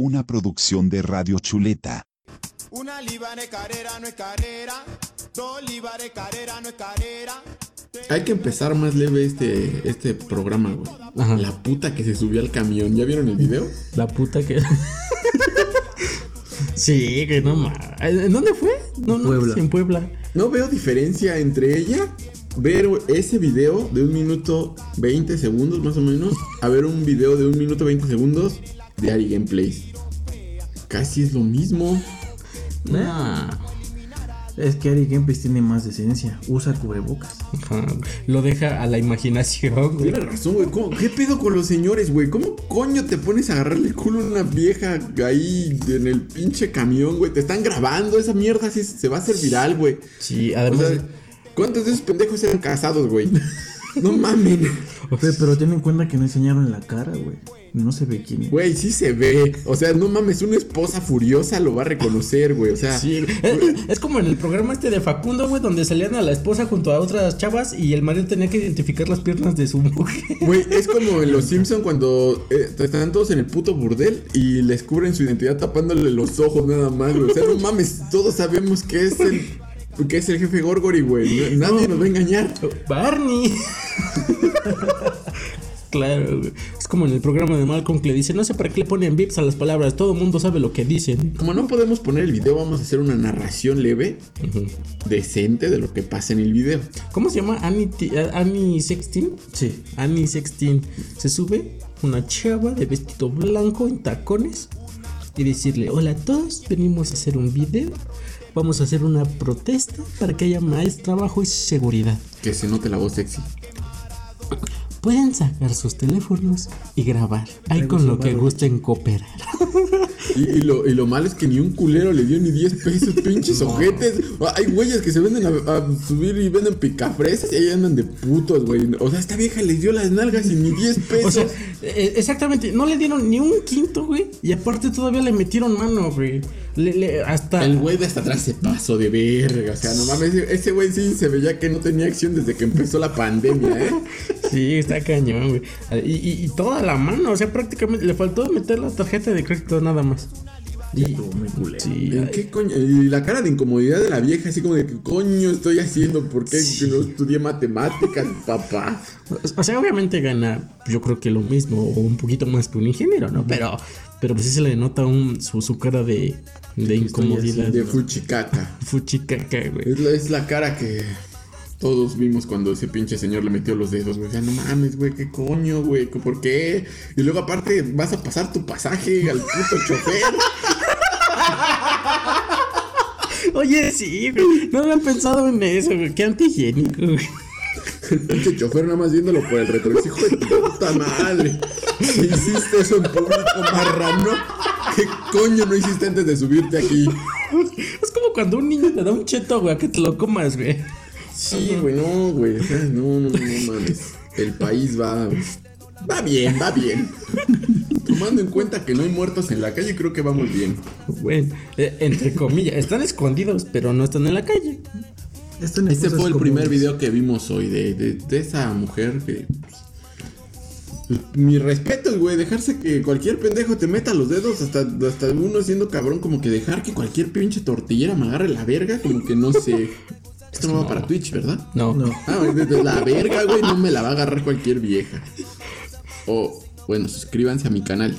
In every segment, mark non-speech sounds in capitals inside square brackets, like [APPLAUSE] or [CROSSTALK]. una producción de Radio Chuleta. Una libare carrera no es carrera. Dos libare carrera no es carrera. Hay que empezar más leve este, este programa, güey. Ajá. La puta que se subió al camión. ¿Ya vieron el video? La puta que. [LAUGHS] sí, que no ma- ¿En dónde fue? No, no, Puebla. ¿Eh? En Puebla. No veo diferencia entre ella ver ese video de un minuto 20 segundos más o menos a ver un video de un minuto 20 segundos de Ari Gameplays. Casi es lo mismo. Nah. Es que Ari Gameplays tiene más decencia. Usa cubrebocas. Ajá. Lo deja a la imaginación, güey. Tienes razón, güey. ¿Cómo- ¿Qué pedo con los señores, güey? ¿Cómo coño te pones a agarrarle el culo a una vieja ahí en el pinche camión, güey? Te están grabando esa mierda, sí, se va a hacer viral, güey. Sí, O además. sea, ¿cuántos de esos pendejos eran casados, güey? No mamen. Pues Pero, pero ten en cuenta que no enseñaron la cara, güey. No se ve quién es. Güey, sí se ve. O sea, no mames, una esposa furiosa lo va a reconocer, güey. O sea, Sí, es, es como en el programa este de Facundo, güey, donde salían a la esposa junto a otras chavas y el marido tenía que identificar las piernas de su mujer. [LAUGHS] güey, es como en Los Simpson cuando eh, están todos en el puto burdel y les cubren su identidad tapándole los ojos nada más, güey. O sea, no mames, todos sabemos que es el, que es el jefe Gorgory, güey. No- Nadie nos va a engañar. Barney. [LAUGHS] claro, güey. Es como en el programa de Malcolm que le dice, no sé para qué le ponen vips a las palabras, todo el mundo sabe lo que dicen. Como no podemos poner el video, vamos a hacer una narración leve, Ujú. decente de lo que pasa en el video. ¿Cómo se llama? Annie, Ti- eh, Annie Sextin. Sí. Annie Sextin. Se sube una chava de vestido blanco en tacones y decirle, hola a todos, venimos a hacer un video. Vamos a hacer una protesta para que haya más trabajo y seguridad. Que se note la voz sexy. Pueden sacar sus teléfonos y grabar. Ahí con lo que gusten cooperar. Y, y lo, y lo malo es que ni un culero le dio ni 10 [LAUGHS] pesos, pinches ojetes. Hay güeyes que se venden a, a subir y venden picafresas y ahí andan de putos, güey. O sea, esta vieja les dio las nalgas y ni [LAUGHS] 10 pesos. O sea, eh, exactamente, no le dieron ni un quinto, güey. Y aparte todavía le metieron mano, güey. Le- le- hasta... el güey de hasta atrás se pasó de verga. O sea, no mames, ese- ese güey sí se veía que no tenía acción desde que empezó la pandemia, ¿eh? Sí, está cañón, güey. Y, y- y toda la mano, o sea, prácticamente le faltó meter la tarjeta de crédito nada más. Y, sí, [LAUGHS] ¿En ay, qué coño? Y la cara de incomodidad de la vieja, así como de, ¿qué coño estoy haciendo? ¿Por qué no estudié matemáticas, papá? o sea, obviamente gana, yo creo que lo mismo, o un poquito más que un ingeniero, ¿no? Pero, pero pues sí se le nota un, su, su cara de, de incomodidad. De fuchicaca. Fuchicaca, güey. Es la, es la cara que todos vimos cuando ese pinche señor le metió los dedos, güey. O sea, no mames, güey, qué coño, güey, ¿por qué? Y luego aparte vas a pasar tu pasaje al puto chofer. [LAUGHS] Oye, sí, güey. No había pensado en eso, güey. Qué antihigiénico, güey. El pinche chofer nada más viéndolo por el retrovisor. Hijo de tu puta madre. ¿Qué hiciste eso en público, marrano? ¿Qué coño no hiciste antes de subirte aquí? Es como cuando un niño te da un cheto, güey, a que te lo comas, güey. Sí, güey, no, güey. o sea, No, no, no mames. El país va. Va bien, va bien. Tomando en cuenta que no hay muertos en la calle, creo que vamos bien. Bueno, eh, entre comillas, están escondidos, pero no están en la calle. Esto en Este cosas fue el comunes. primer video que vimos hoy de, de- de esa mujer que. pues, Mi respeto, güey, dejarse que cualquier pendejo te meta los dedos, hasta, hasta uno siendo cabrón, como que dejar que cualquier pinche tortillera me agarre la verga, como que no [LAUGHS] sé. Esto no va para Twitch, ¿verdad? No. No. Ah, de- de la verga, güey, no me la va a agarrar cualquier vieja. O, bueno, suscríbanse a mi canal.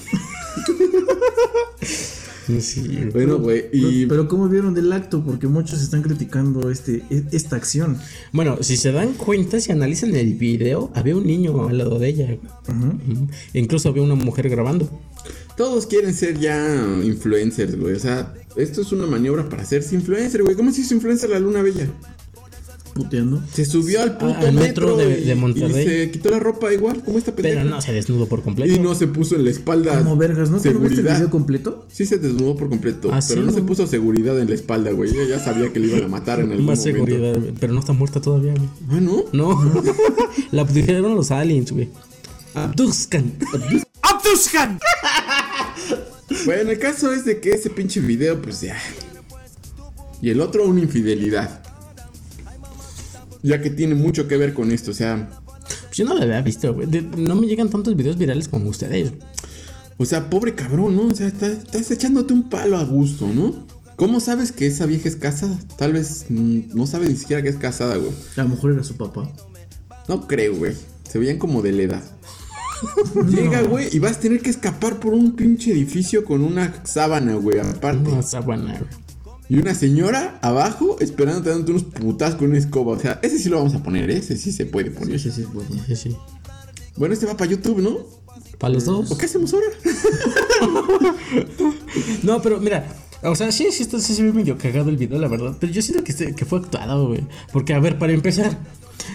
Sí, Bueno, güey, y. Pero, pero ¿cómo vieron del acto? Porque muchos están criticando este, e- esta acción. Bueno, si se dan cuenta, si analizan el video, había un niño al lado de ella. Ujú. Ujú. E Incluso había una mujer grabando. Todos quieren ser ya influencers, güey. O sea, esto es una maniobra para hacerse influencer, güey. ¿Cómo se hizo influencer la Luna Bella? Puteando. Se subió al puto Ah, al metro, metro de- y- de Monterrey. Y se quitó la ropa igual, ¿cómo está Pero pendeja? no se desnudó por completo. Y no se puso en la espalda. Como vergas, ¿no? ¿Tú no viste el Ah, seguridad. video completo? Sí se desnudó por completo, Ah, pero sí, no, se ¿no? puso seguridad en la espalda, güey. Yo ya sabía que le iban a matar en algún [LAUGHS] Más momento. seguridad, güey. pero no está muerta todavía, güey. Ah, ¿no? No. [LAUGHS] La abdujeron los aliens, güey. Abduzcan. Pues ¡Abduzcan! Bueno, el caso es de que ese pinche video, pues ya. Y el otro, una infidelidad. Ya que tiene mucho que ver con esto, o sea, Yo no la había visto, güey. De- No me llegan tantos videos virales como ustedes. O sea, pobre cabrón, ¿no? O sea, estás, estás echándote un palo a gusto, ¿no? ¿Cómo sabes que esa vieja es casada? Tal vez mm, no sabe ni siquiera que es casada, güey. A lo mejor era su papá. No creo, güey. Se veían como de la edad. [LAUGHS] Llega, güey, y vas a tener que escapar por un pinche edificio con una sábana, güey, aparte. Una sábana, güey. Y una señora abajo esperándote dándote unos putas con una escoba. O sea, ese sí lo vamos a poner, ¿eh? ese sí se puede poner. Ese sí es bueno. Sí, sí. Bueno, este va para YouTube, ¿no? Para los dos. Pues, ¿O qué hacemos ahora? No, pero mira, o sea, sí, sí, esto sí se ve medio cagado el video, la verdad. Pero yo siento que, se- que fue actuado, güey. Porque, a ver, para empezar,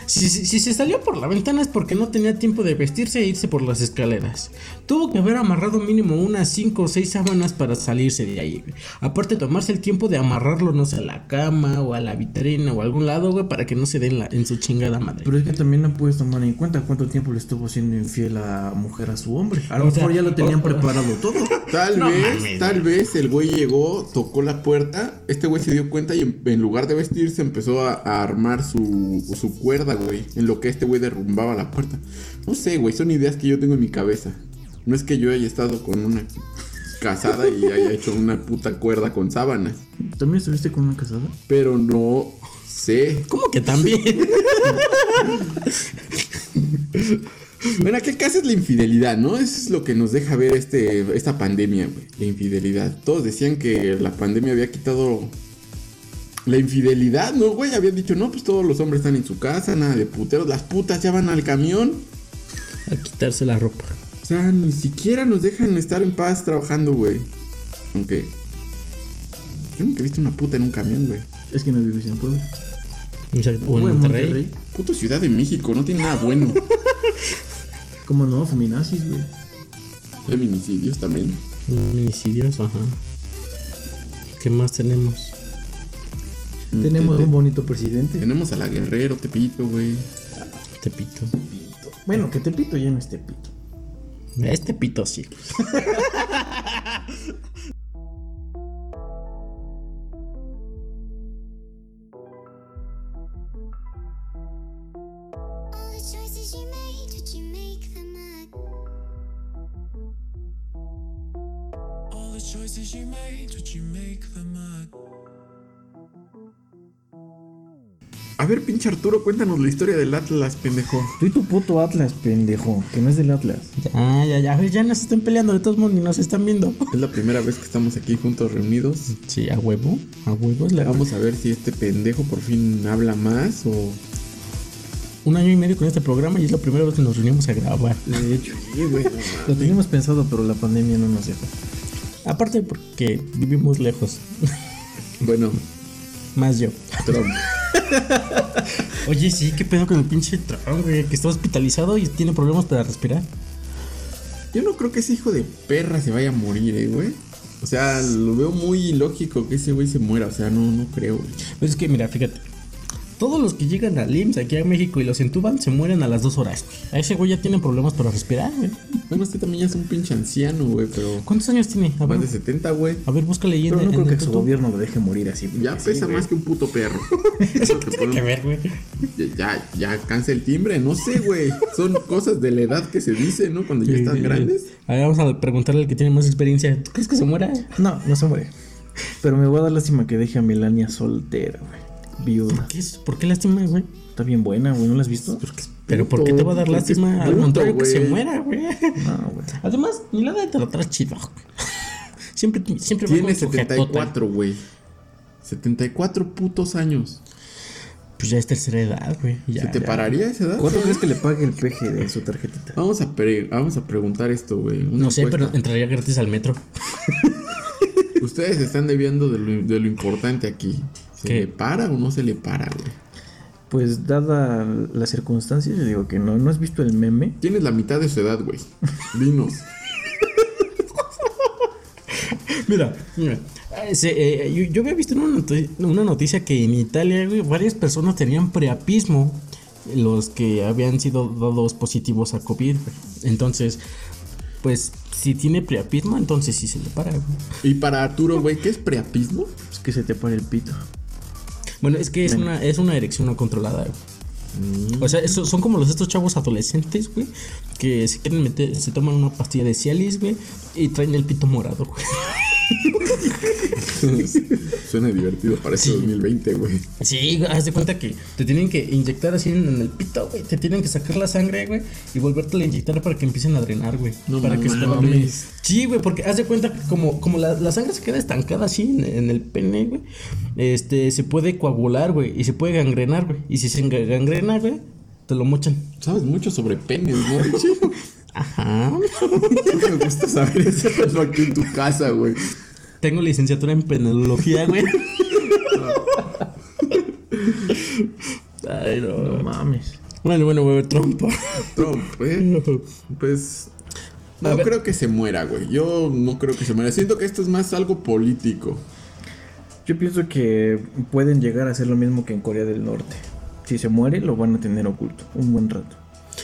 si, si- si se salió por la ventana es porque no tenía tiempo de vestirse e irse por las escaleras. Tuvo que haber amarrado mínimo unas 5 o 6 sábanas para salirse de ahí, güey. Aparte, tomarse el tiempo de amarrarlo, no sé, a la cama o a la vitrina o a algún lado, güey, para que no se den la, en su chingada madre. Pero es que también no puedes tomar en cuenta cuánto tiempo le estuvo siendo infiel a mujer a su hombre. A lo O sea, mejor ya lo tenían o- [LAUGHS] preparado todo. Tal No vez, mames, tal vez el güey llegó, tocó la puerta, este güey se dio cuenta y en, en lugar de vestirse empezó a, a armar su, su cuerda, güey, en lo que este güey derrumbaba la puerta. No sé, güey, son ideas que yo tengo en mi cabeza. No es que yo haya estado con una casada y haya hecho una puta cuerda con sábanas, ¿También estuviste con una casada? pero no sé. ¿Cómo que también? [LAUGHS] Bueno, ¿qué casa es la infidelidad, no? Eso es lo que nos deja ver este, esta pandemia, güey. La infidelidad. Todos decían que la pandemia había quitado la infidelidad, ¿no, güey? Habían dicho, no, pues todos los hombres están en su casa, nada de puteros. Las putas ya van al camión. a quitarse la ropa. O sea, ni siquiera nos dejan estar en paz trabajando, güey. Aunque... Yo nunca he visto una puta en un camión, güey. Es que no vivís en Puebla. Exacto, O en Monterrey. Puto Ciudad de México, no tiene nada [LAUGHS] bueno. ¿Cómo no? Feminazis, güey. Feminicidios también. Feminicidios, ajá. ¿Qué más tenemos? Tenemos un bonito presidente. Tenemos a la Guerrero, Tepito, güey. Tepito. Bueno, que Tepito ya no es Tepito. Este pito sí. All the choices you made, did you make them up? All the choices you made, would you make them up? A ver, pinche Arturo, cuéntanos la historia del Atlas, pendejo. Tú y tu puto Atlas, pendejo. Que no es del Atlas. Ah, Ya, ya, ya. Ya nos están peleando de todos modos ni nos están viendo. Es la primera vez que estamos aquí juntos reunidos. Sí, a huevo. A huevo es la. Vamos a ver si este pendejo por fin habla más o... Un año y medio con este programa y es la primera vez que nos reunimos a grabar. De hecho, Lo teníamos pensado, pero la pandemia no nos dejó. Aparte porque vivimos lejos. Bueno, Más yo. Trump. Oye, sí, qué pedo con el pinche Trump, güey. Que está hospitalizado y tiene problemas para respirar. Yo no creo que ese hijo de perra se vaya a morir, eh, güey. O sea, lo veo muy ilógico que ese güey se muera. O sea, no, no creo, güey. Pues es que, mira, fíjate. Todos los que llegan al IMSS aquí a México y los entuban se mueren a las dos horas. A ese güey ya tiene problemas para respirar, güey. Bueno, este también ya es un pinche anciano, güey, pero... ¿Cuántos años tiene? A Más de ver, 70, güey. a ver búscale ahí Pero en, no en creo el que su YouTube. gobierno lo deje morir así. porque Ya sí, pesa güey. más que un puto [LAUGHS] perro. Eso que Tiene que podemos- ver, güey. Ya, ya alcanza el timbre, no sé, güey. Son cosas de la edad que se dicen, ¿no? Cuando ya están grandes. A ver, vamos a preguntarle al que tiene más experiencia. ¿Tú crees que se muera? No, no se muere. Pero me voy a dar lástima que deje a Melania soltera, güey. Viuda. ¿Qué es? ¿Por qué lástima, güey? Está bien buena, güey. ¿No la has visto? ¿Pero por qué te va a dar Porque es lástima? Al puto, contrario, que se güey. muera, güey. No, güey. Además, ni la de tratar chido. güey. Siempre, siempre va Tiene con su jetota. 74, güey. 74 putos años. Pues ya es tercera edad, güey. Ya, ¿Se te ya. pararía esa edad? ¿Cuánto crees que le pague el peje de su tarjetita? Vamos a, pre- vamos a preguntar esto, güey. Una No sé, pero encuesta. entraría gratis al metro. Ustedes están debiendo de lo, de lo importante aquí. ¿Se ¿Qué? le para o no se le para, güey? Pues dada las circunstancias, yo digo que no. ¿No has visto el meme? Tienes la mitad de su edad, güey. Dinos. Mira, mira. Eh, se- eh, yo, yo había visto en una, noti- una noticia que en Italia, güey, varias personas tenían preapismo, los que habían sido dados positivos a COVID. güey. Entonces, pues, si tiene preapismo, entonces sí se le para, güey. Y para Arturo, güey, ¿qué es preapismo? Pues que se te pare el pito. Bueno, es que es una, es una erección no controlada, güey. O sea, eso- son como los estos chavos adolescentes, güey, que se quieren meter, se toman una pastilla de Cialis, güey, y traen el pito morado, güey. Suena divertido para este Sí. 2020, güey. Sí, güey, haz de cuenta que te tienen que inyectar así en, en el pito, güey, te tienen que sacar la sangre, güey, y volverte a inyectar para que empiecen a drenar, güey. No para que mames. drenable. Sí, güey, porque haz de cuenta que como, como la, la sangre se queda estancada así en, en el pene, güey, este, se puede coagular, güey, y se puede gangrenar, güey, y si se enga- gangrena, güey, te lo mochan. Sabes mucho sobre penes, ¿no, [LAUGHS] Richie? Ajá. [LAUGHS] Me gusta saber eso [LAUGHS] pero aquí en tu casa, güey. Tengo licenciatura en penología, güey. [LAUGHS] Ay, No no. mames. Bueno, bueno, güey, trompa. Trump, ¿eh? Pues. A No ver. creo que se muera, güey. Yo no creo que se muera. Siento que esto es más algo político. Yo pienso que pueden llegar a hacer lo mismo que en Corea del Norte. Si se muere, lo van a tener oculto un buen rato.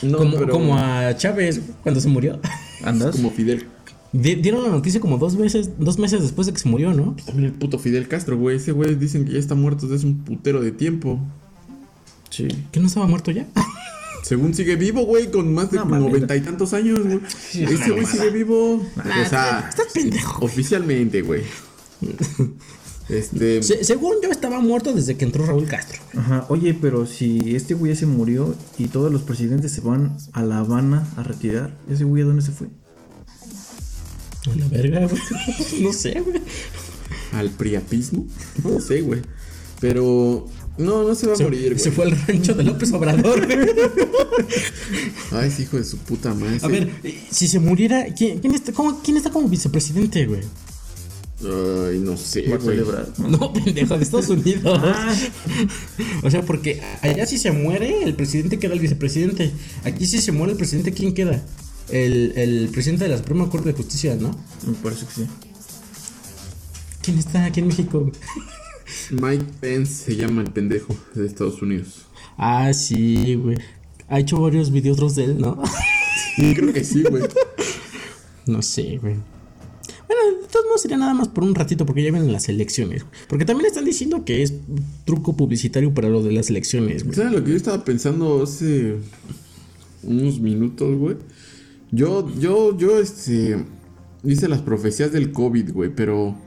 No, como, pero- como a Chávez cuando se murió. [LAUGHS] ¿Andas? Como Fidel. Di- Dieron la noticia como dos veces, dos meses después de que se murió, ¿no? También el puto Fidel Castro, güey. Ese güey dicen que ya está muerto desde hace un putero de tiempo. Sí. Que no estaba [LAUGHS] muerto ya. Según sigue vivo, güey, con más de No mames. noventa y tantos años, güey. Ese güey sigue vivo. o sea, oficialmente, güey. Este. Se- según yo estaba muerto desde que entró Raúl Castro. Ajá. Oye, pero si este güey ya se murió y todos los presidentes se van a La Habana a retirar, ¿ese güey a dónde se fue? A la verga, güey. [LAUGHS] No sé, güey. Al priapismo. No sé, güey. Pero. No, no se va a morir, Se, güey. se fue al rancho de López Obrador, güey. [LAUGHS] Ay, ese hijo de su puta madre. A ver, eh, si se muriera, ¿quién, quién está, cómo- quién está como vicepresidente, güey? [LAUGHS] Ay, no sé, ¿Va a güey. celebrar? Ah, No, pendejo, de Estados Unidos. Ah, [LAUGHS] o sea, porque allá si se muere, el presidente queda el vicepresidente. Aquí si se muere el presidente, ¿quién queda? El, el presidente de la Suprema Corte de Justicia, ¿no? Me parece que sí. ¿Quién está aquí en México? [LAUGHS] Mike Pence se llama el pendejo de Estados Unidos. Ah, sí, güey. Ha hecho varios videos de él, ¿no? [LAUGHS] Creo que sí, güey. no sé, güey. Bueno, de todos modos sería nada más por un ratito porque ya vienen las elecciones. güey. Porque también están diciendo que es truco publicitario para lo de las elecciones, güey. ¿Sabes lo que yo estaba pensando hace unos minutos, güey? Yo, yo, yo, este, hice las profecías del COVID, güey, pero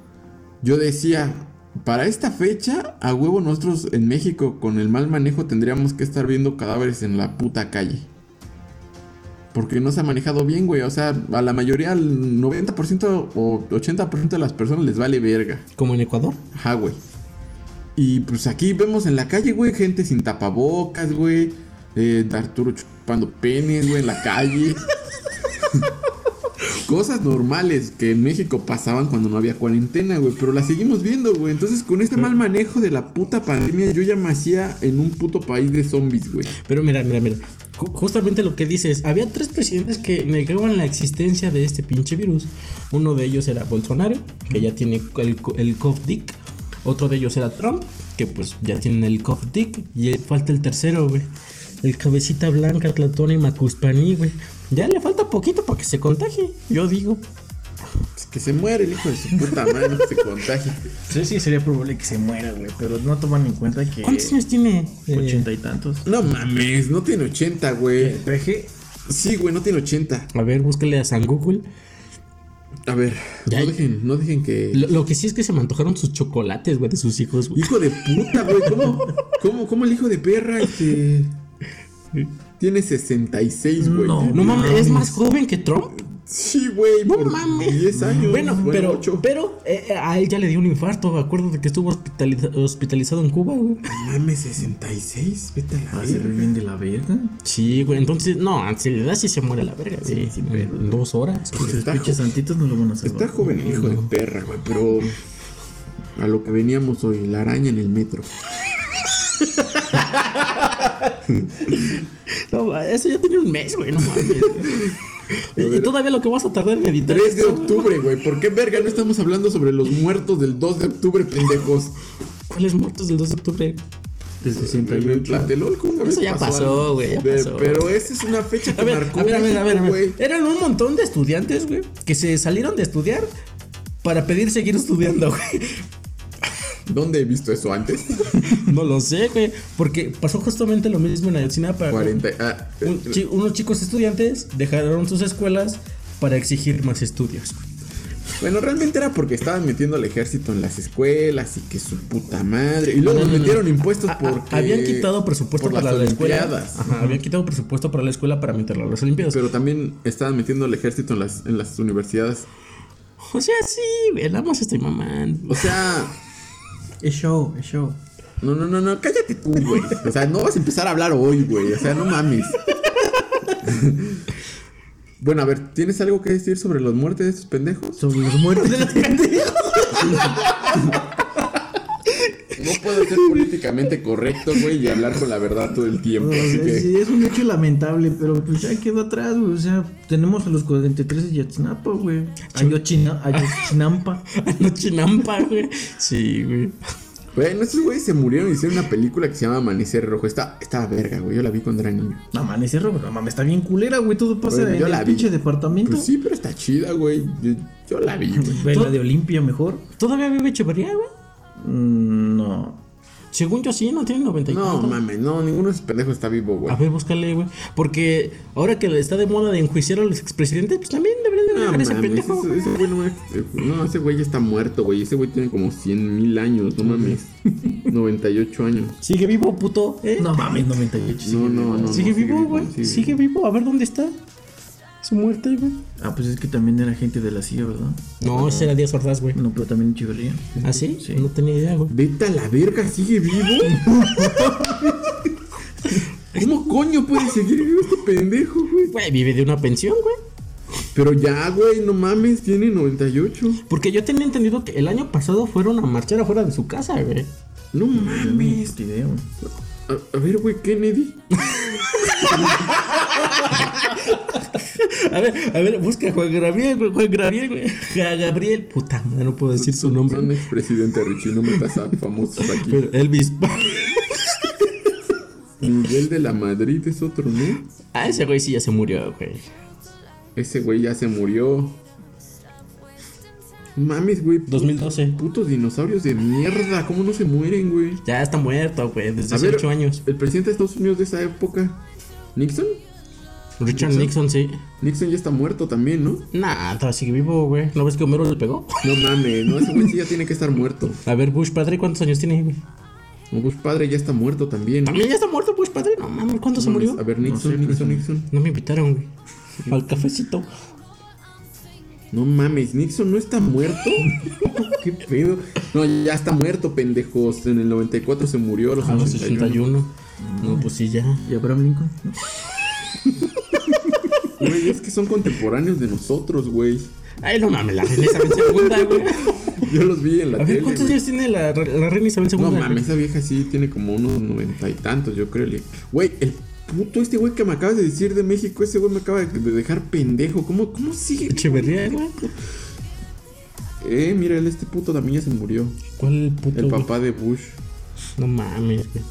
yo decía, para esta fecha, a huevo nosotros en México, con el mal manejo, tendríamos que estar viendo cadáveres en la puta calle. Porque no se ha manejado bien, güey. O sea, a la mayoría, al 90% o 80% de las personas les vale verga. Como en Ecuador. Ajá, güey. Y pues aquí vemos en la calle, güey, gente sin tapabocas, güey. Eh, Arturo chupando penes, güey, en la calle. [LAUGHS] Cosas normales que en México pasaban cuando no había cuarentena, güey. Pero las seguimos viendo, güey. Entonces, con este mal manejo de la puta pandemia, yo ya me hacía en un puto país de zombies, güey. Pero mira, mira, mira. Ju- Justamente lo que dices, había tres presidentes que negaban la existencia de este pinche virus. Uno de ellos era Bolsonaro, que ya tiene el, co- el COVID. Otro de ellos era Trump, que pues ya tienen el COVID. Y eh, falta el tercero, güey. El cabecita blanca, Tlatón y Macuspani, güey. Ya le falta poquito para que se contagie, yo digo. Pues que se muere el hijo de su puta madre, no que se contagia. Sí, sí, sería probable que se muera, güey. Pero no toman en cuenta que. ¿Cuántos años tiene? eh, Ochenta y tantos. No mames, no tiene 80, güey. Peje. Sí, güey, no tiene 80. A ver, búscale a San Google. A ver, Ya. no dejen, no dejen que. Lo, lo que sí es que se me antojaron sus chocolates, güey, de sus hijos, güey. Hijo de puta, güey. ¿Cómo, cómo, cómo el hijo de perra este, tiene 66, güey? No. No mames, es más joven que Trump. Sí, güey. No por mames. 10 años. Bueno, pero, ocho. pero eh, eh, a él ya le dio un infarto. Acuérdate que estuvo hospitaliza- hospitalizado en Cuba, güey. No mames, 66. Vete a la Ah, se ve verga. bien de la verga. Sí, güey. Entonces, no, si le da, si se muere a la verga, güey. sí, en pero- Dos horas. güey. Los está pinches jo- santitos no lo van a salvar. Está joven el hijo de perra, güey, pero. A lo que veníamos hoy, la araña en el metro. [LAUGHS] No, ma, eso ya tiene un mes, güey. No mames. [LAUGHS] y, y todavía lo que vas a tardar en editar. 3 de esto, güey. octubre, güey. ¿Por qué verga no estamos hablando sobre los muertos del 2 de octubre, pendejos? ¿Cuáles muertos del 2 de octubre? Desde siempre. En Tlatelolco, una vez Eso ya pasó, algo. güey, ya De- pasó. Pero esa es una fecha que A ver, marcó a ver, a ver, a ver, a México, ver. güey. Eran un montón de estudiantes, güey, que se salieron de estudiar para pedir seguir estudiando, güey. ¿Dónde he visto eso antes? [LAUGHS] No lo sé, güey. Porque pasó justamente lo mismo en Ayotzinapa. güey. 40. Ah, eh, Un- chi- unos chicos estudiantes dejaron sus escuelas para exigir más estudios. güey. Bueno, realmente era porque estaban metiendo al ejército en las escuelas y que su puta madre. Y luego No, no, no, nos metieron no. impuestos A- a- porque. habían quitado presupuesto por para las la escuela. Ah, Olimpiadas. Ajá, habían quitado presupuesto para la escuela para meterla a las Olimpiadas. Pero también estaban metiendo al ejército en las, en las universidades. o sea, sí, güey, nada más estoy mamando. [LAUGHS] O sea, Es show, es show. no, no, no, no, cállate tú, güey. O sea, no vas a empezar a hablar hoy, güey. O sea, no mames. [LAUGHS] Bueno, a ver, ¿tienes algo que decir sobre las muertes de estos pendejos? Sobre los muertos de los [LAUGHS] pendejos. No puedo ser políticamente correcto, güey, y hablar con la verdad todo el tiempo. Así que. Sí, es un hecho lamentable, pero pues ya quedó atrás, güey. O sea, tenemos a los 43 de Yatzinapa, güey. Ayochina, Ayotzinampa. No chinampa, güey. Sí, güey. Bueno, estos güeyes se murieron y hicieron una película que se llama Amanecer Rojo. Está, está verga, güey. Yo la vi cuando era niño. No, Amanecer rojo, no mames, está bien culera, güey. Todo pasa Bueno, en yo el la vi. pinche departamento. Pues sí, pero está chida, güey. Yo, yo la vi, güey. [LAUGHS] Ve la de Olimpia mejor. ¿Todavía vive Echeverría, güey? Mm, No. Según yo sí, no tiene 90 y No, tanto. mames, no, ninguno de esos pendejos está vivo, güey. A ver, búscale, güey. Porque ahora que está de moda de enjuiciar a los expresidentes, pues también deberían de No, dejar ese mames, pendejo. ese, ese güey no, es- no, ese güey ya está muerto, güey. Ese güey tiene como 100 mil años, no mames. 98 años. Sigue vivo, puto. ¿eh? No mames, 98. sí. No, no, no. sigue no, vivo, güey. sigue. Sigue, vivo. A ver dónde está. Su muerte, güey. Ah, pues es que también era gente de la CIA, ¿verdad? No, ese era Díaz Ordaz, güey. No, pero también Chivalría. ¿Ah, Mm, sí? Sí. No tenía idea, güey. Vete a la verga, sigue vivo. ¿Cómo coño puede seguir vivo este pendejo, güey? Güey, vive de una pensión, güey. Pero ya, güey, no mames, tiene 98. Porque yo tenía entendido que el año pasado fueron a marchar afuera de su casa, güey. No mames. Este idea, güey. A, a ver, güey, Kennedy. A ver, a ver, busca a Juan Gabriel, güey. Juan Gabriel, güey. Ja, Gabriel. Puta madre, no puedo decir su nombre. Son expresidente Richie, no metas a famosos aquí. Pero Elvis. Miguel de la Madrid es otro, ¿no? Ah, ese güey sí ya se murió, güey. Ese güey ya se murió. Mames, güey. pu- 2012. Putos dinosaurios de mierda. ¿Cómo no se mueren, güey? Ya está muerto, güey, desde A hace ver, 8 años. El presidente de Estados Unidos de esa época, Nixon. Richard Nixon, sí. Nixon ya está muerto también, ¿no? Nah, todavía sigue vivo, güey. ¿No ves que Homero le pegó? No mames, no, ese güey sí ya tiene que estar muerto. A ver, Bush padre, ¿cuántos años tiene, güey? O Bush padre ya está muerto también. También ya está muerto Bush padre. No mames, ¿cuándo ¿Ah, se murió? A ver, Nixon, Nixon, Nixon. No me invitaron, güey. Al cafecito. No mames, Nixon no está muerto. [LAUGHS] ¿Qué pedo? No, ya está muerto, pendejos. En el 94 se murió a los, A los 81. 81. No, pues sí, ya. ¿Y Abraham Lincoln? Güey, es que son contemporáneos de nosotros, güey. Ay, no mames, la reina Isabel [LAUGHS] II, güey. Yo los vi en la A tele. ver, ¿cuántos güey. años tiene la, la reina Isabel II? No güey? mames, esa vieja sí tiene como unos noventa y tantos, yo creo. Le- Güey, el puto este güey que me acabas de decir de México, ese güey me acaba de- de dejar pendejo. ¿Cómo, cómo sigue? Echeverría, güey. Eh, mira, el- este puto también ya se murió. ¿Cuál el puto? El güey? papá de Bush. No mames, güey.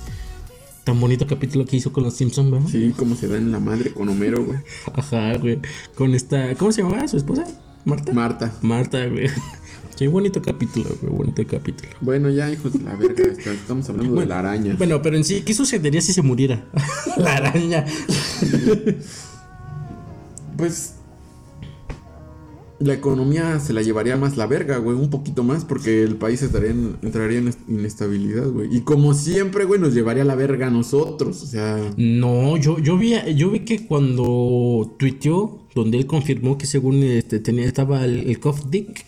Tan bonito capítulo que hizo con los Simpsons, ¿verdad? Sí, como se da en la madre con Homero, güey. Ajá, güey. Con esta. ¿Cómo se llamaba su esposa? ¿Marta? Marta. Marta, güey. [LAUGHS] Qué bonito capítulo, güey. Bonito capítulo. Bueno, ya, hijos de la verga, está- estamos hablando de la araña. Bueno, pero en sí, ¿qué sucedería si se muriera? [LAUGHS] la araña. Pues. La economía se la llevaría más la verga, güey, un poquito más, porque el país estaría en- entraría en est- inestabilidad, güey. Y como siempre, güey, nos llevaría la verga a nosotros, o sea. No, yo, yo vi yo vi que cuando tuiteó, donde él confirmó que según este tenía, estaba el, el cough dick,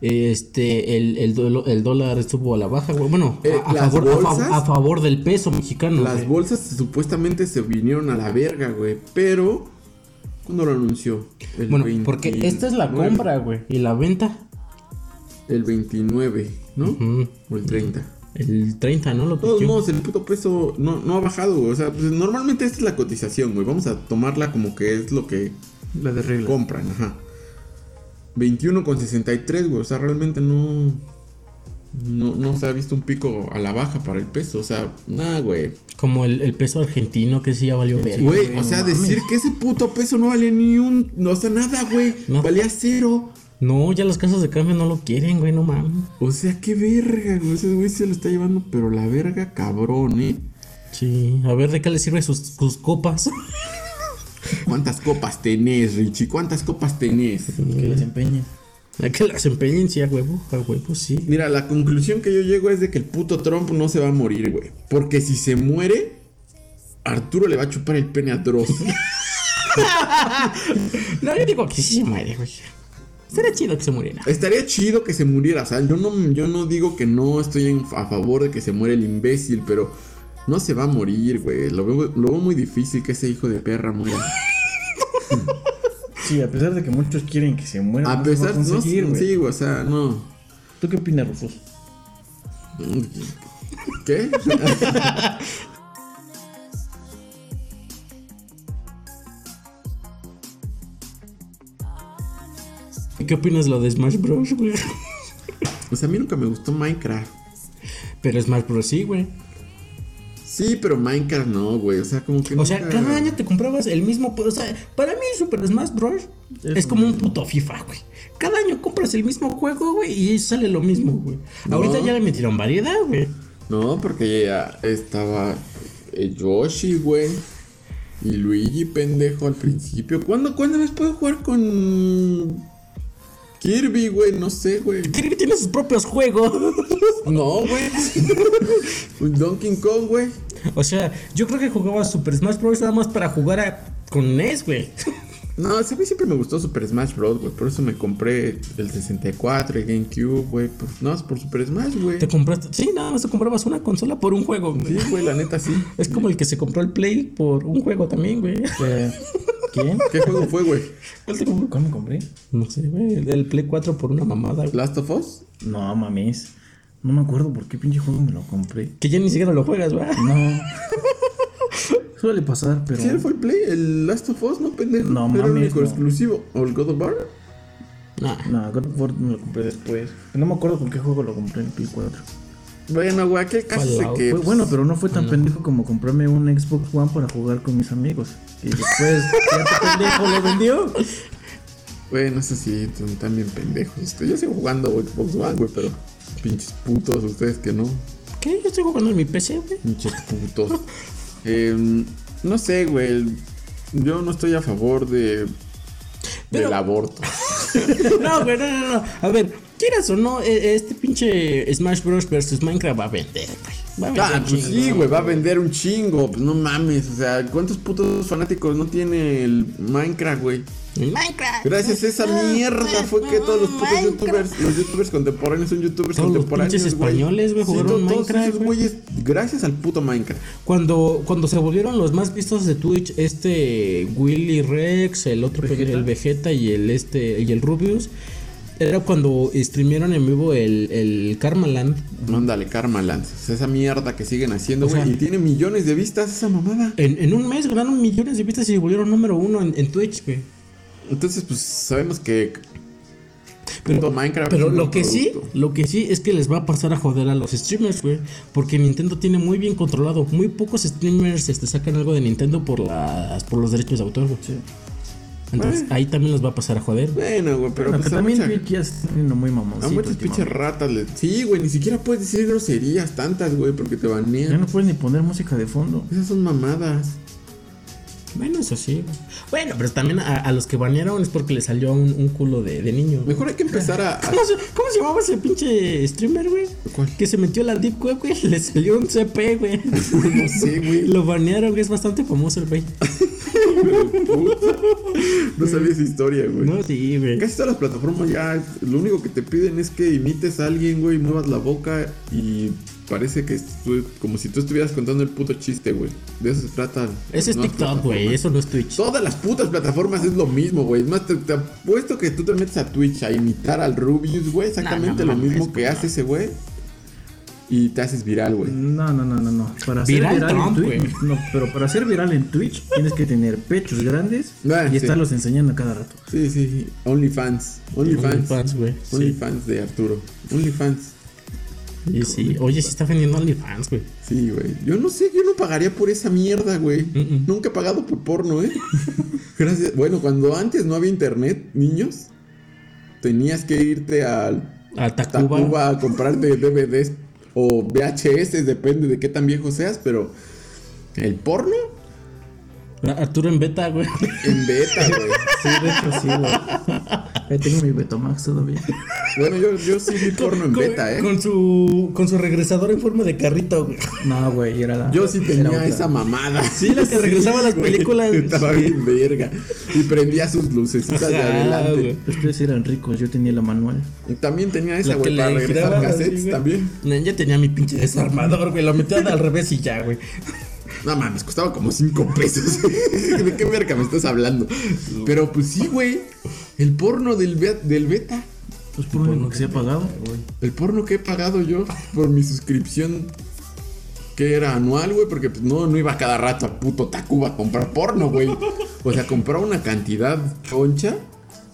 este el, el, dolo- el dólar estuvo a la baja, güey. Bueno, Eh, a, a las favor, a fa- bolsas- a favor del peso mexicano. Las güey. bolsas supuestamente se vinieron a la verga, güey, pero. ¿Cuándo lo anunció? El bueno, porque 29, esta es la compra, güey, y la venta. El 29, ¿no? Ujú. O el 30. El 30, ¿no? Lo De ¿Mm? todos tuiteó. modos, el puto peso no, no ha bajado, güey. O sea, pues, normalmente esta es la cotización, güey. Vamos a tomarla como que es lo que La de regla. compran, ajá. 21,63, güey. O sea, realmente no, no. No se ha visto un pico a la baja para el peso. O sea, nada, güey. Como el, el peso argentino que sí ya valió verga. Güey, o no sea, mames. decir que ese puto peso no valía ni un. No, o sea, nada, güey. No. Valía cero. No, ya las casas de cambio no lo quieren, güey, no mames. O sea, qué verga, güey. Ese güey se lo está llevando, pero la verga, cabrón, ¿eh? Sí, a ver de qué le sirven sus, sus copas. [LAUGHS] ¿Cuántas copas tenés, Richie? ¿Cuántas copas tenés? Que les empeñen. A que las empeñen, sí, a huevo, a huevo, sí. Mira, la conclusión que yo llego es de que el puto Trump no se va a morir, güey. Porque si se muere, Arturo le va a chupar el pene a Dross. No, yo digo que sí se muere, güey. Estaría chido que se muriera. Estaría chido que se muriera. O sea, yo no, yo no digo que no estoy en- a favor de que se muera el imbécil, pero no se va a morir, güey. Lo veo, lo veo muy difícil que ese hijo de perra muera. Sí, a pesar de que muchos quieren que se muera. A no se va pesar de no, conseguir, sí, güey. güey, o sea, no. ¿Tú qué opinas, Rufus? ¿Qué? ¿Y ¿Qué opinas de lo de Smash Bros, güey? [LAUGHS] O sea, a mí nunca me gustó Minecraft. Pero Smash Bros sí, güey. Sí, pero Minecraft no, güey. O sea, como que O sea, nunca- cada año te comprabas el mismo. O sea, para mí, Super Smash Bros. Es, como un puto FIFA, güey. Cada año compras el mismo juego, güey, y sale lo mismo, güey. No. Ahorita ya le metieron variedad, güey. No, porque ya estaba eh, Yoshi, güey. Y Luigi, pendejo, al principio. ¿Cuándo, ¿Cuándo más puedo jugar con Kirby, güey? No sé, güey. Kirby tiene sus propios juegos. [LAUGHS] No, güey. Un Donkey Kong, güey. o sea, yo creo que jugaba Super Smash Bros. nada más para jugar a- con NES, güey. [LAUGHS] No, a mí siempre me gustó Super Smash Bros, güey. Por eso me compré el 64, el GameCube, güey. Pues, no, es por Super Smash, güey. Te compraste. Sí, nada más te comprabas una consola por un juego, güey. Sí, güey, la neta, sí. Es como el que se compró el Play por un juego también, güey. Eh, ¿Quién? ¿Qué juego fue, güey? [LAUGHS] ¿Cuál me compré? No sé, güey. El, el Play 4 por una mamada, güey. ¿Last of Us? No, mames. No me acuerdo por qué pinche juego me lo compré. Que ya ni siquiera lo juegas, güey. [LAUGHS] [LAUGHS] No. Suele pasar, pero. ¿Sí era fue el Play? ¿El Last of Us? No, pendejo. No, Era mames, único no. exclusivo. ¿O el God of War? Nah. No, God of War me lo compré después. No me acuerdo por qué juego lo compré en el Play 4. Bueno, güey, ¿qué caso es de Fallout, que... Fue bueno, pero pues, no fue tan pendejo como comprarme un Xbox One para jugar con mis amigos. Y [LAUGHS] después, ya este pendejo lo vendió. Bueno, eso sí, son tan bien pendejos. ustedes. Yo sigo jugando Xbox One, güey, pero... Pinches putos, ustedes que no. ¿Qué? Yo estoy jugando en mi PC, güey. [LAUGHS] Pinches [LAUGHS] putos. Em, no sé, güey. Yo no estoy a favor de... Pero- Del [LAUGHS] aborto. No, güey, no, no, no. A ver, quieras o no, e- este pinche Smash Bros. versus Minecraft va a vender, güey. Va a vender. Ah, pues chingo. sí, güey, va a vender un chingo. Pues no mames, o sea, ¿cuántos putos fanáticos no tiene el Minecraft, güey? Minecraft. Gracias a esa Ah, mierda fue que todos los putos Minecraft. youtubers, los youtubers contemporáneos son youtubers Todos los contemporáneos. pinches güey. españoles, güey, Sí, jugaron to- todos Minecraft, esos güey. güeyes, gracias al puto Minecraft. Cuando, cuando se volvieron los más vistos de Twitch, este Willy Rex, el otro, pendejo, el Vegeta y el este y el Rubius, era cuando streamearon en vivo el, el Karmaland. Mándale, Karma Lance. O sea, esa mierda que siguen haciendo, O güey. sea- y tiene millones de vistas esa mamada. En, en un mes ganaron millones de vistas y se volvieron número uno en, en Twitch, güey. Entonces, pues sabemos que. Pero, puto Minecraft pero es un lo que sí, producto. lo que sí es que les va a pasar a joder a los streamers, güey. Porque Nintendo tiene muy bien controlado. Muy pocos streamers este, sacan algo de Nintendo por las por los derechos de autor, güey. Entonces, Pues, ahí también les va a pasar a joder. Bueno, güey, pero, Pero pues, a también mucha- Twitch ya está siendo muy A mamoncito. muchas pinches últimamente. ratas le- Sí, güey, ni siquiera puedes decir groserías tantas, güey, porque te Ya banean. no puedes ni poner música de fondo. Esas son mamadas. Bueno, eso sí. güey. Bueno, pero también a, a los que banearon es porque les salió un, un culo de, de niño. güey. Mejor hay que empezar a. a- [LAUGHS] ¿Cómo se, cómo se llamaba ese pinche streamer, güey? ¿Cuál? Que se metió a la Deep Web, güey. y Le salió un CP, güey. [LAUGHS] no sé, güey. Lo banearon, güey. Es bastante famoso el güey. [LAUGHS] No sabía esa historia, güey. No, sí, güey. Casi todas las plataformas ya lo único que te piden es que imites a alguien, güey, muevas la boca y parece que es tú- como si tú estuvieras contando el puto chiste, güey. De eso se trata. Ese es las TikTok, güey. plataformas. Eso no es Twitch. Todas las putas plataformas es lo mismo, güey. Es más, te, te apuesto que tú te metes a Twitch a imitar al Rubius, güey. Exactamente No, no lo mames, mismo que güey. hace ese güey. Y te haces viral, güey. Mm. No, no, no, no, no. Para ser Viral viral, Trump, en Twitch. No, pero para ser viral en Twitch tienes que tener pechos grandes Ah, y sí. estarlos enseñando a cada rato. Sí, sí, sí. OnlyFans. OnlyFans. OnlyFans, OnlyFans, güey. Sí. de Arturo. OnlyFans. Y sí, oye, sí está vendiendo OnlyFans, güey. Sí, güey. Yo no sé, yo no pagaría por esa mierda, güey. Mm-mm. Nunca he pagado [LAUGHS] por porno, ¿eh? Gracias. Bueno, cuando antes no había internet, niños. tenías que irte al A Tacuba. Tacuba a [LAUGHS] comprarte DVDs o VHS, depende de qué tan viejo seas, pero el porno Arturo en beta, güey. en beta, güey. Sí, de hecho sí, güey. Ahí tengo mi Betomax todavía. Bueno, yo, yo sí vi porno en Con- beta, ¿eh? Con su, con su regresador en forma de carrito, güey. No, güey, era la. Yo sí era tenía otra. esa mamada. Sí, la que regresaba [LAUGHS] a las güey. películas. Estaba bien verga. Y prendía sus lucecitas [LAUGHS] de Ajá, adelante. Ah, güey. Ustedes eran ricos, yo tenía la manual. Y También tenía esa, La que güey, para le regresar giraba cassettes también. Ya tenía mi pinche desarmador, güey. Lo metía al revés y ya, güey. No mames, costaba como 5 pesos. [LAUGHS] ¿De qué verga me estás hablando? Pero pues sí, güey. El porno del, be- del beta. Pues por lo que se ha pagado. El porno que he pagado yo por mi suscripción. Que era anual, güey, porque pues, no, no iba cada rato a puto Tacuba a comprar porno, güey. O sea, compraba una cantidad choncha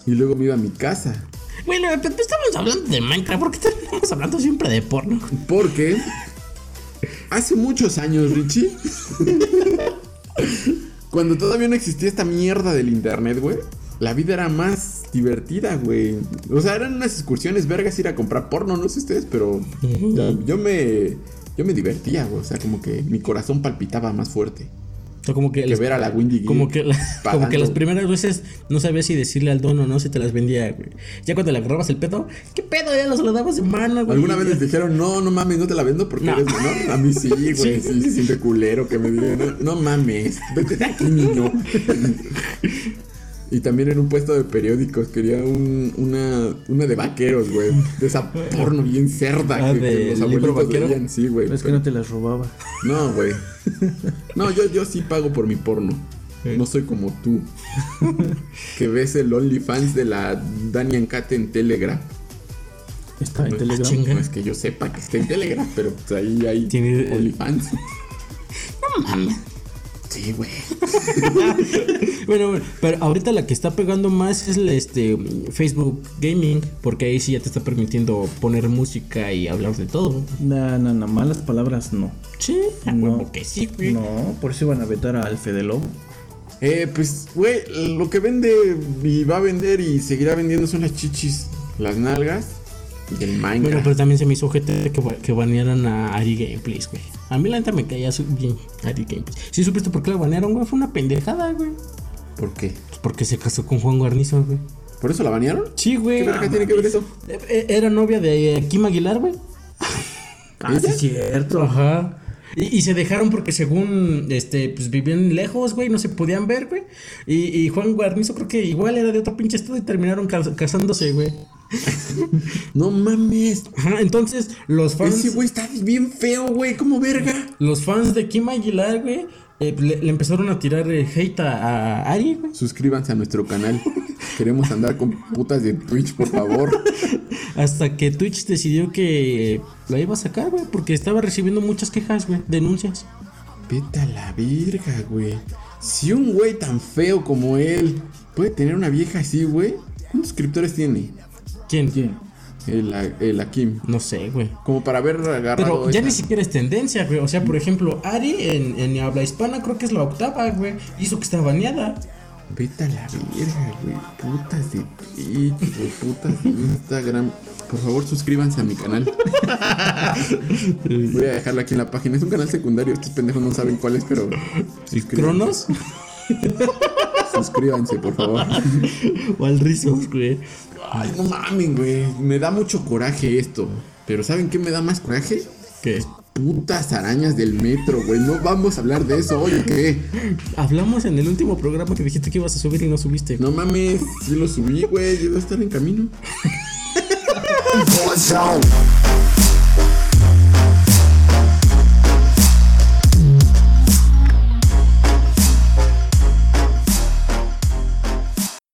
y luego me iba a mi casa. Bueno, pero pues estamos hablando de Minecraft. ¿Por qué estamos hablando siempre de porno? Porque hace muchos años, Richie, cuando todavía no existía esta mierda del internet, güey, la vida era más divertida, güey. O sea, eran unas excursiones vergas ir a comprar porno, no sé ustedes, pero ya, yo me yo me divertía, güey. O sea, como que mi corazón palpitaba más fuerte O sea, como que, que las- ver a la Windy. Gee como que, la- como que pagando. las primeras veces no sabías si decirle al don o no si te las vendía, güey. Ya cuando le agarrabas el pedo, ¿qué pedo? Ya las dabas de mano, güey. ¿Alguna vez les dijeron, no, no mames, no te la vendo porque No. eres menor? A mí sí, güey, sí, se siente culero que me digan, no, no mames, vete de aquí, niño. Y también en un puesto de periódicos quería un, una, una de vaqueros, güey. De esa porno bien cerda Ah, que, que ¿del los libro abuelitos vaquero? veían, sí, güey. Es que no te las robaba. No, güey. No, yo, yo sí pago por mi porno. No soy como tú. Que ves el OnlyFans de la Dani Ancate en Telegram. Está en Ah, Telegram. chinga. No es que yo sepa que esté en Telegram, pero pues ahí hay Tiene- eh, OnlyFans. Sí, güey. Bueno, bueno, pero ahorita la que está pegando más es la, este Facebook Gaming, porque ahí sí ya te está permitiendo poner música y hablar de todo. No, no, no, malas palabras no. Sí, a No. huevo que sí, güey. No, por eso iban a vetar al Fede Lobo. Eh, pues, güey, lo que vende y va a vender y seguirá vendiendo son las chichis, las nalgas y el Bueno, Minecraft. pero también se me hizo gente que, ba- que banearan a Ari Gameplays, güey. A mí la neta me caía su- bien Ari Gameplays. ¿Sí supiste por qué la banearon, güey? Fue una pendejada, güey. ¿Por qué? Pues porque se casó con Juan Guarnizo, güey. ¿Por eso la banearon? Sí, güey. ¿Qué verga tiene que ver eso? Eh, eh, Era novia de eh, Kim Aguilar, güey. Ah, sí, es cierto. Ajá. Y, y se dejaron porque según, este, pues vivían lejos, güey, no se podían ver, güey. Y, y Juan Guarnizo creo que igual era de otro pinche estado y terminaron cas- casándose, güey. [LAUGHS] No mames. Ajá, entonces los fans... Ese güey está bien feo, güey. ¿Cómo verga? Los fans de Kim Aguilar, güey, eh, le, le empezaron a tirar eh, hate a, a Ari, güey. Suscríbanse a nuestro canal. Queremos andar con putas de Twitch, por [LAUGHS] favor. Hasta que Twitch decidió que eh, la iba a sacar, güey, porque estaba recibiendo muchas quejas, güey, denuncias. Vete a la verga, güey. Si un güey tan feo como él puede tener una vieja así, güey, ¿cuántos suscriptores tiene? ¿Quién? ¿Quién? El, el Akim. No sé, güey. Como para haber agarrado. Pero ya esa. ni siquiera es tendencia, güey. O sea, por ejemplo, Ari en, en habla hispana creo que es la octava, güey. Hizo que está baneada. Vete a la verga, güey. Putas de Twitch, güey, putas de Instagram. Por favor, suscríbanse a mi canal. Voy a dejarlo aquí en la página. Es un canal secundario. Estos pendejos no saben cuál es, pero. suscríbanse. ¿Cronos? Suscríbanse, por favor. [LAUGHS] o al Rizos, güey. Ay, no mames, güey. Me da mucho coraje esto. Pero ¿saben qué me da más coraje? ¿Qué? Putas arañas del metro, güey. No vamos a hablar de eso, oye, ¿qué? Hablamos en el último programa que dijiste que ibas a subir y no subiste. No mames, sí lo subí, güey. Yo a estar en camino.